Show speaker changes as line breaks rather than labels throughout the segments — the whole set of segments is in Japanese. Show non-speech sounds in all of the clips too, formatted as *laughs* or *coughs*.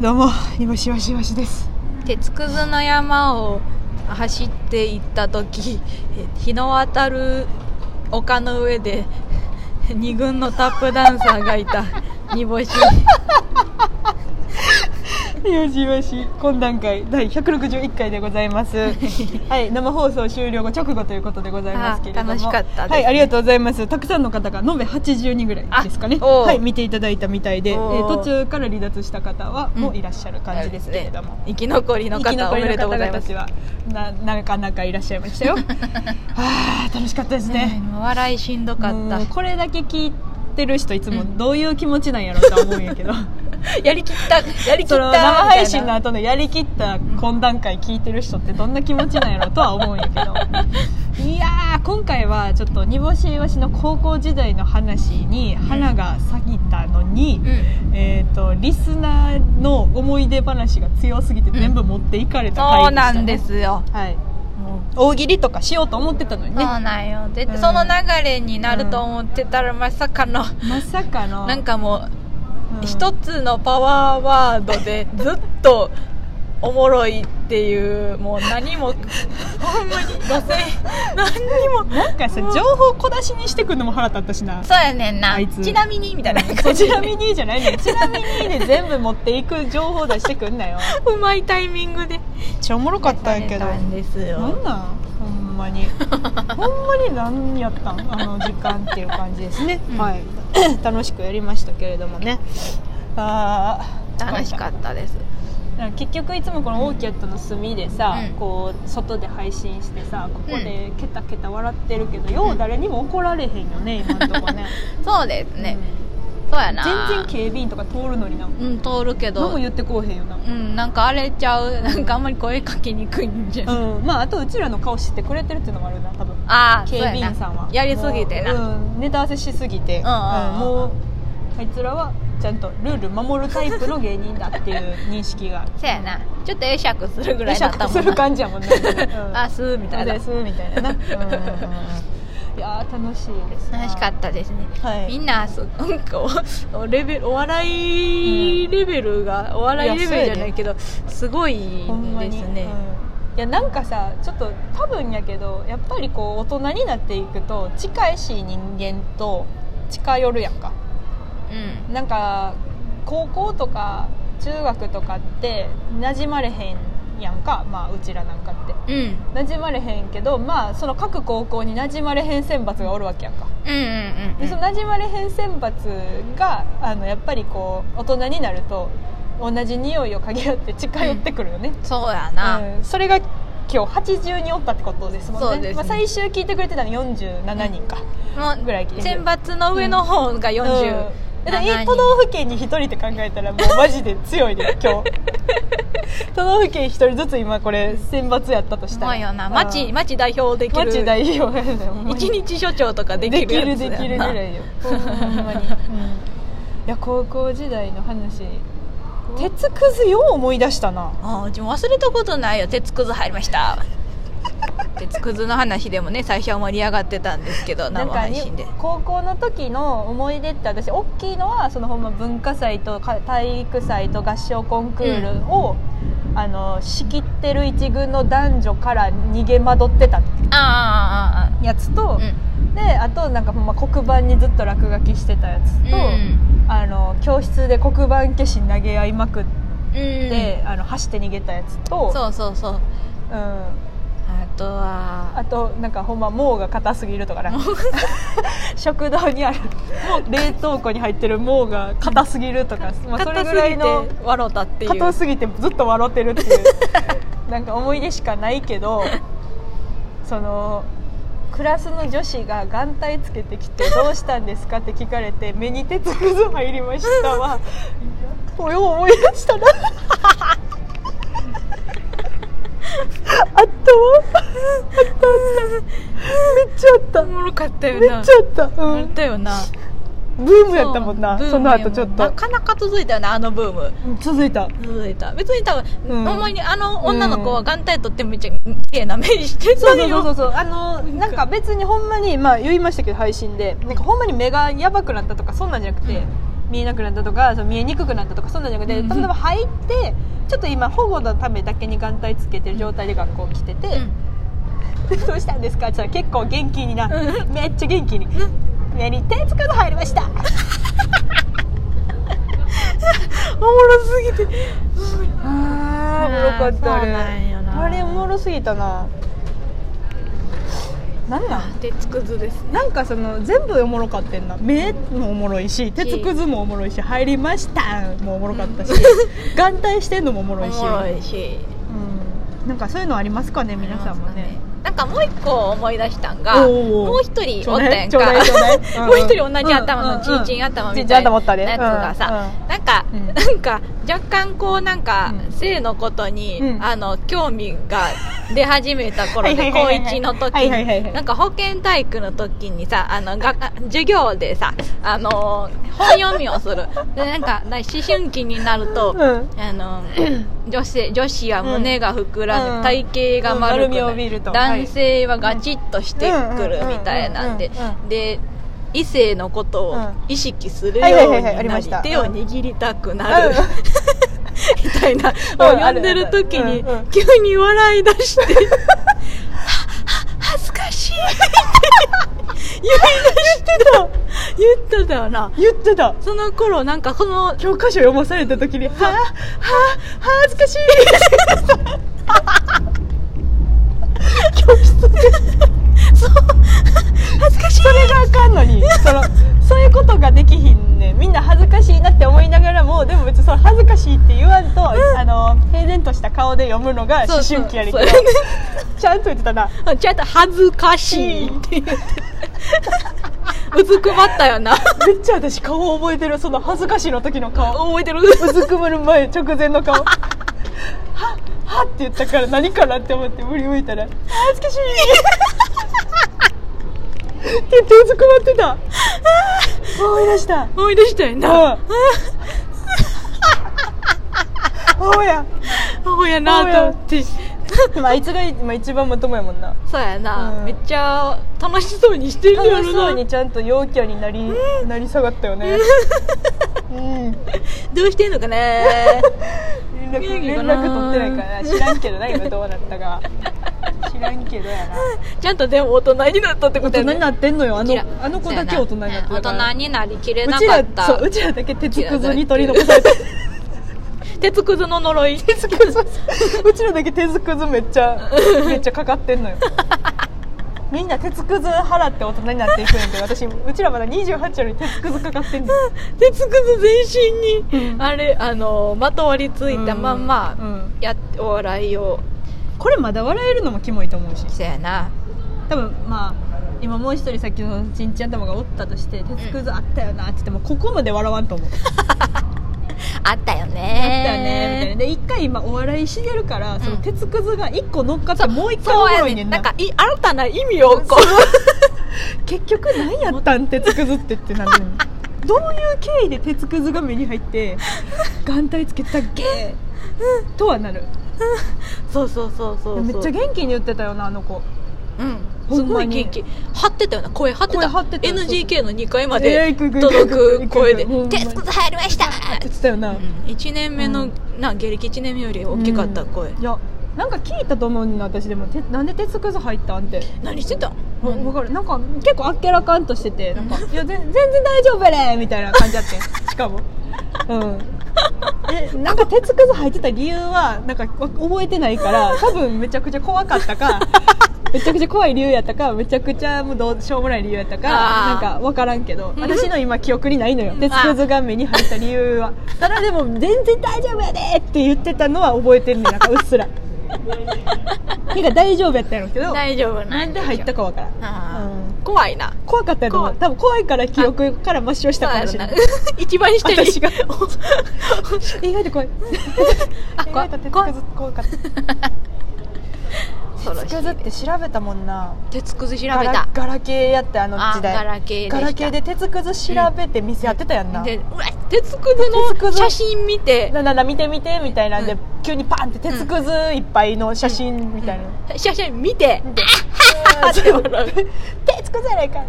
どうも、今しわしわしです。
鉄くずの山を走っていった時 *laughs* え日の当たる丘の上で *laughs* 二軍のタップダンサーがいた *laughs* 煮干し
よしよし、懇談会第161回でござい
*laughs*
ます。はい、生放送終了後直後ということでございますけれども。
あ楽しかったですね
はい、ありがとうございます。たくさんの方が延べ80人ぐらいですかね。
あおう
はい、見ていただいたみたいで、え
おう
ー途中から離脱した方は
うん
もういらっしゃる感じですけれども。
生き残りの
生き
方お
残り
め
の
でとう
方
ござい
々
ま
た
す
ちはななかなかいらっしゃいました
*laughs*
よ。ああ、楽しかったですね。
うん笑いしんどかっ
もう
た
これだけ聞いてる人いつも
うん
どういう気持ちなんやろうとは思うんやけど。
やりきったやりきった
その生
みたいな
配信の後のやりきった懇談会聞いてる人ってどんな気持ちなんやろとは思うんやけど *laughs* いやー今回はちょっと煮干しイワシの高校時代の話に花が咲いたのに
う、ん
えー、とリスナーの思い出話が強すぎて全部持っていかれた回でし
そ
た、
う
ね
なんですよ
はい、
もう
大喜利とかしようと思ってたのに
そ
ね
うなんよで、
うん
その流れになると思ってたらまさかの
まさかの
なんかもう
うん
一つのパワーワード *laughs* でずっとおもろいっていうもう何もほんまに路線何にも
なんかさ情報小出しにしてくんのも腹立ったしな
そうやねんな
あいつ
ちなみにみたいな
そ
感
う
じ
ち
で
なみにじゃないねちなみにで全部持っていく情報出してくんなよ
うまいタイミング
め
で
っちゃおもろかったんやけど
出されたんです
なん
よ
なんほんま *laughs* にほんまに何やったんあの時間っていう感じですね、
うん
はい *coughs* 楽しくやりましたけれどもねあー
楽しかったです
なんか結局いつもこのオーキャットの炭でさ、
うん
こう外で配信してさここでケタケタ笑ってるけど、よう誰にも怒られへんよね今んと *laughs* こね
そうですね
うん、
そうやな
全然警備員とか通るのになんか
うん通るけ
何
ど
も言ってこうへんよな
うんなんか荒れちゃうなんかあんまり声かけにくいんじゃん、
うん、まああとうちらの顔知ってくれてるっていうのもあるな多分
ああ
警備員さんは
やりすぎてな、
もううん、ネタ合わせしすぎて、うん
んうんうん
もうあいつらはちゃんとルール守るタイプの芸人だっていう認識が
*laughs* そうやなちょっと会釈するぐらいだ
会
ったもんな
釈する感じやもんね、うん
*laughs* あすーみたいな
ですみたいなな、うんうんうんうんいやー楽しいです
楽しかったですね
た、はい、
みんなそなんかお *laughs* レベルお笑いレベルが、お笑いレベルじゃないけどすごい
ほんま
で
に
すね、
うんいやなんかさちょっと多分やけどやっぱりこう大人になっていくと近いし人間と近寄るやんか
うん
なんか高校とか中学とかって馴染まれへんやんかまあうちらなんかって *laughs*
うんうん
馴染まれへんけどまあその各高校に馴染まれへん選抜がおるわけやんか
うんうんうん
でその馴染まれへん選抜があのやっぱりこう大人になると同じ匂いを嗅ぎ合って近寄ってくるよね、
そうやな、
うんそれが今日80人おったってことですもんね
そうですね
まあ、最終聞いてくれてたの47人か、
も
ぐらい来て
う
る
選抜の上の方
う
が
ん
40、
だから
7人
都道府県に1人って考えたらもうマジで強いで今 *laughs* 日都道府県1人ずつ今これ選抜やったとし
す
た
ご
ら
いよな町
うん
町代表でき
町
る
代表やね
一日所長とかで
で
き
き
るや
る
つ
で
やな
きるぐらいよほんまに、うん、いや高校時代の話鉄くずよう思い出したな
ああうちも忘れたことないよ鉄くず入りました鉄くずの話でもね最初は盛り上がってたんですけど
なん
生
か
配
に
信で
高校の時の思い出って私大きいのはそのほんま文化祭とか体育祭と合唱コンクールを、あの仕切ってる一軍の男女から逃げ惑ってた
あああああ
やつ
あ
と、であとなんかほんま黒板にずっと落書きしてたやつと、あの教室で黒板消し投げ合いまくっ
うん
て、あの走って逃げたやつと
うん、そうそうそう
うん、あ
あとは
となんかほんま毛が硬すぎるとかな食堂にある冷凍庫に入ってる毛が硬すぎるとか、まあ、それぐらいの
笑うたっていう
硬すぎてずっと笑ってるっていうなんか思い出しかないけ *laughs* どそのクラスの女子が眼帯つけてきて「どうしたんですか?」って聞かれて「目に鉄くず入りましたわ」 *laughs* これを思い出した *laughs* なあったわあったあ *laughs* っためっちゃあった
おもろかったよ
めっ
な
ちゃあった、
あ
う
ったよな
ブームやったもんな
そ
そうの後ちょっ
ブームやもんな
と
かなか続いたよなあのブーム
続いた
続いた別に多分、
うん
ほんまにあの女の子は眼帯取ってめっちゃ綺麗な目してた
そう
よ
そうそうそうそうあのなんか別にほんまにまあ言いましたけど配信でなんかほんまに目がやばくなったとかそんなんじゃなくて、見えなくなったとかその見えにくくなったとかそんなんじゃなくて
うん
たまたま入ってちょっと今保護のためだけに眼帯つけてる状態で学校来てて、 *laughs* どうしたんですか?」って言ったら結構元気にな、
う
めっちゃ元気に「目に手つくの入りま *laughs* した」おもろすぎてあーおもろかったあ
そうなん
れ
よな
あれおもろすぎたななんなん
手つくずです
なんかその全部おもろかってんな目もおもろいし鉄くずもおもろいし入りましたもおもろか *laughs* ったし眼帯してんのもおも
お
ろいし
もろいし
うん、なんかそういうのありますかね皆さんもね
なんかもう一個思い出したんが
おー
もう一人おったやん
ちょうだ
か
いちょう
*laughs*
だいちょうだい
もう一人同じ頭のちんちん頭みたいなやつがさなんか
うん
なんか若干こうなんか
うん
性のことに
うん
あの興味が出始めた頃
は
で
いはい
高
はいはい
一の時
はいはいはいは
に
い
なんか保健体育の時にさあのが授業でさあの本読みをするでなんかな思春期になると
うん
あの女性女子は胸が膨らむ、
うん
体型が丸く
うん丸みを
な
帯びると
男性はガチッとしてくるみたいなんで
うんうんうんうんうん
で異性のことを
うん
意識するよ
はいうはい
に
はいはいあり
な
ま
り
した
手を握りたくなる *laughs* みたいなを読んでる時に
うんあるあるうん
急に笑い出
*laughs*
してはは恥ずかしいって言い出してた言ってたよな
言ってた
その頃なんかこの
教科書読まされた時に「はあはあ恥ずかしい」教室で
*laughs* そう恥ずかしい
それがあかんのにそのそういうことができひんねんみんな恥ずかしいなって思いながらもでも別にその恥ずかしいって言わんと、あの平然とした顔で読むのが思春期やねんけど
そうそう
ちゃんと言ってたな
ちょっと恥ずかしいって言ってうずくまったよな
めっちゃ私顔覚えてるその恥ずかしいの時の顔
覚えてる
うずくまる前直前の *laughs* 顔ははって言ったから何かなって思って振り向いたら「恥ずかしい!」って言ってうずくまってた思い出した
思い出したよな
あおや
そうやなと思って
でもあいつが今一番まともやもんな
そうやな、
うん
めっちゃ楽しそうにしてるや
楽しそ
ろ
う
な
にちゃんと陽キャになり、なり下がったよねうん
どうしてんのかな
連絡連絡取ってないからな知らんけどな今どうなったか知らんけどやな
*laughs* ちゃんとでも大人になったってことやね
ってんのよあ
うちら
るから
大人になりきれなかっ
うちら
た
そううちらだけ鉄くずに取り残されて
鉄くずの呪い鉄くず
*laughs* うちらだけ鉄くずめっちゃめっちゃかかって
*laughs*
んのよみんな鉄くず払って大人になっていくんやけど私うちらまだ28やのに鉄くずかかってんのよ
*laughs* 鉄くず全身に、
うん
あれあのまとわりついたまんま、
うん
やっお笑いを
これまだ笑えるのもキモいと思うし
そやな
多分まあ今もう一人さっきのちんちん頭がおったとして鉄くずあったよなって言ってもここまで笑わんと思う
あったよ
あったよねみたいな
ね
で一回今お笑いしてるから、その鉄くずが一個乗っかってもう一回おも
そうや
ろい
ね
ねん
な
なん
かい新たな意味をこ
結局何やったん鉄くずってってなんで *laughs* どういう経緯で鉄くずが目に入 *laughs* って眼帯つけたっけとはなる
うそうそうそうそうそう
めっちゃ元気に言ってたよなあの子
うん
ほ
す
ん
ご
ま
い
に
元気張ってたよな声張ってた
声張ってたよ
NGK の2階ま
えー
で
行く行く
届く声で
行く行く
「
行く
鉄くず入りました!」
言ってたよな、
1年目
う
の、
ん
な下歴1年目より大きかった声、
うんいやなんか聞いたと思うねんな私でもてなんで鉄くず入ったんって
何してたん
わわかるなんか結構あっけらかんとしててなんか
う
いやぜ全然大丈夫やれみたいな感じだ
*laughs*
ってんしかもうんえなんか鉄くず入ってた理由はなんかわ覚えてないから多分めちゃくちゃ怖かったか
*laughs*
めちゃくちゃ怖い理由やったかめちゃくちゃもうどうしょうもない理由やったか
あ
な
ー
んか分からんけど私の今記憶にないのよ鉄くずが目に入った理由はただでも全然大丈夫やでって言ってたのは覚えてるねなんかうっ
*laughs*
すらなんか大丈夫やったんやろうけど
大丈夫な
なんで入ったか分からん
あー
うん
怖いな
怖かったよでも
怖い
多分怖いから記憶から抹消し
そ
た
う
か
や
も
ろ
しれ
な *laughs*
ない
一番下に
私が
*laughs*
意外と怖い
あ
意
怖
外と
い
手つ
怖
か
い
ず怖かった
恐ろしい
手つかずって調べたもんな
鉄くず調べ
ガ
た
ラガラケーやってあの
あ
時代
ガラケーでした
ガラケーで手つくず調べて店やってたやんな、
でうわ鉄くず
鉄く
の
ず
写真見て
ななな見て見てみたいなんで、
うん
急にパンって手つくずいっぱいの写真みたいな、
写真見て
見てーって
*laughs*
笑う
って
手つくじゃないか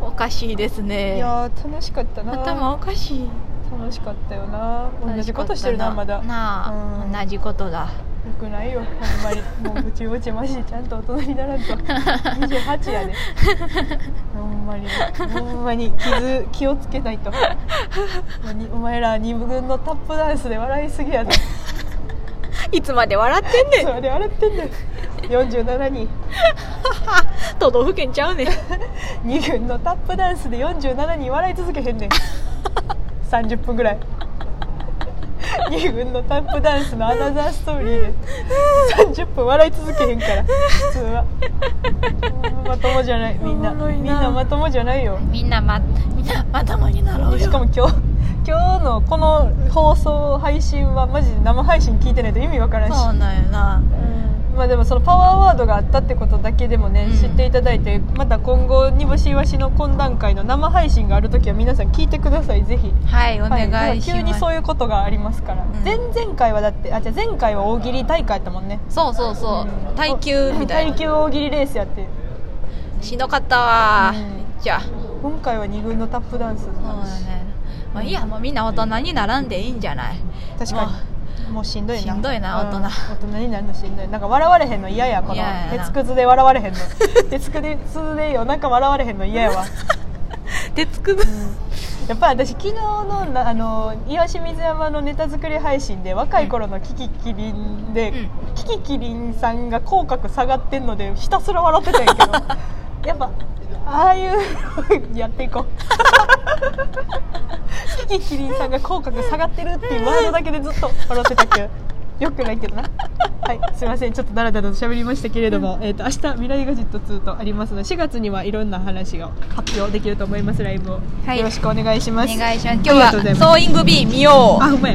おかしいです
い
ね
やー楽しかったな
頭おかしい
楽しかったよな同じことしてるなまだ
なあ、
うん
同じことだ
よくないよほんまにもうぶちぶちマジでちゃんと大人にならんと28やでほんまにほんまに傷気をつけないとほんまにお前ら二軍のタップダンスで笑いすぎやで
いつまで笑ってんね
それで笑ってんねん47人
ん都道府県ちゃうねん
二軍のタップダンスで47人笑い続けへん
*laughs*
ねん30分ぐらい二軍のタップダンスのアナザーストーリーで30分笑い続けへんから普通はまともじゃないみんな
おもろいな
みんなまともじゃないよ
みんなまみんなまともになろうよ
しかも今日今日のこの放送配信はマジで生配信聞いてないと意味わからんし
そうなんやな
まあでもそのパワーワードがあったってことだけでもね、
うん
知っていただいてまた今後煮干しいわしの懇談会の生配信がある時は皆さん聞いてくださいぜひ
はいお願いします、
は急にそう
いう
いうことがありますから、
ん
前々回はだってあじゃあ前回は大喜利大会やったもんね
そうそうそう耐久みたい
耐
な
久大喜利レースやって
しんどかったわ
うん
じゃあ
今回は2軍のタップダンスの
そうだ
話
ねまあいいやもうみんな大人にならんでいいんじゃない
確かにもうしんどいな
しんどいな
うん
大人
大人になるのしんどいなんか笑われへんの嫌やこの
嫌やな
鉄くずで笑われへんの鉄くずでよなんか笑われへんの嫌やわ
鉄くず
やっぱり私昨日のなあの岩清水山のネタ作り配信で若い頃のキキキリンで、
う
キキキリンさんが口角下がってんのでひたすら笑ってたんやけ
*laughs*
どやっぱああいう *laughs* やっていこ
*laughs*
うキキキリンさんが口角下がってるっていうワードだけでずっと笑ってたけどよくないけどなはいすいませんちょっとだらだらと喋りましたけれども、えー、と明日未来ガジェット2とありますので4月にはいろんな話が発表できると思いますライブを、
はい
よろしくお願いします
お願いします今日
ありがとうござい
は
ます
ソーイング B 見よう
あほんまや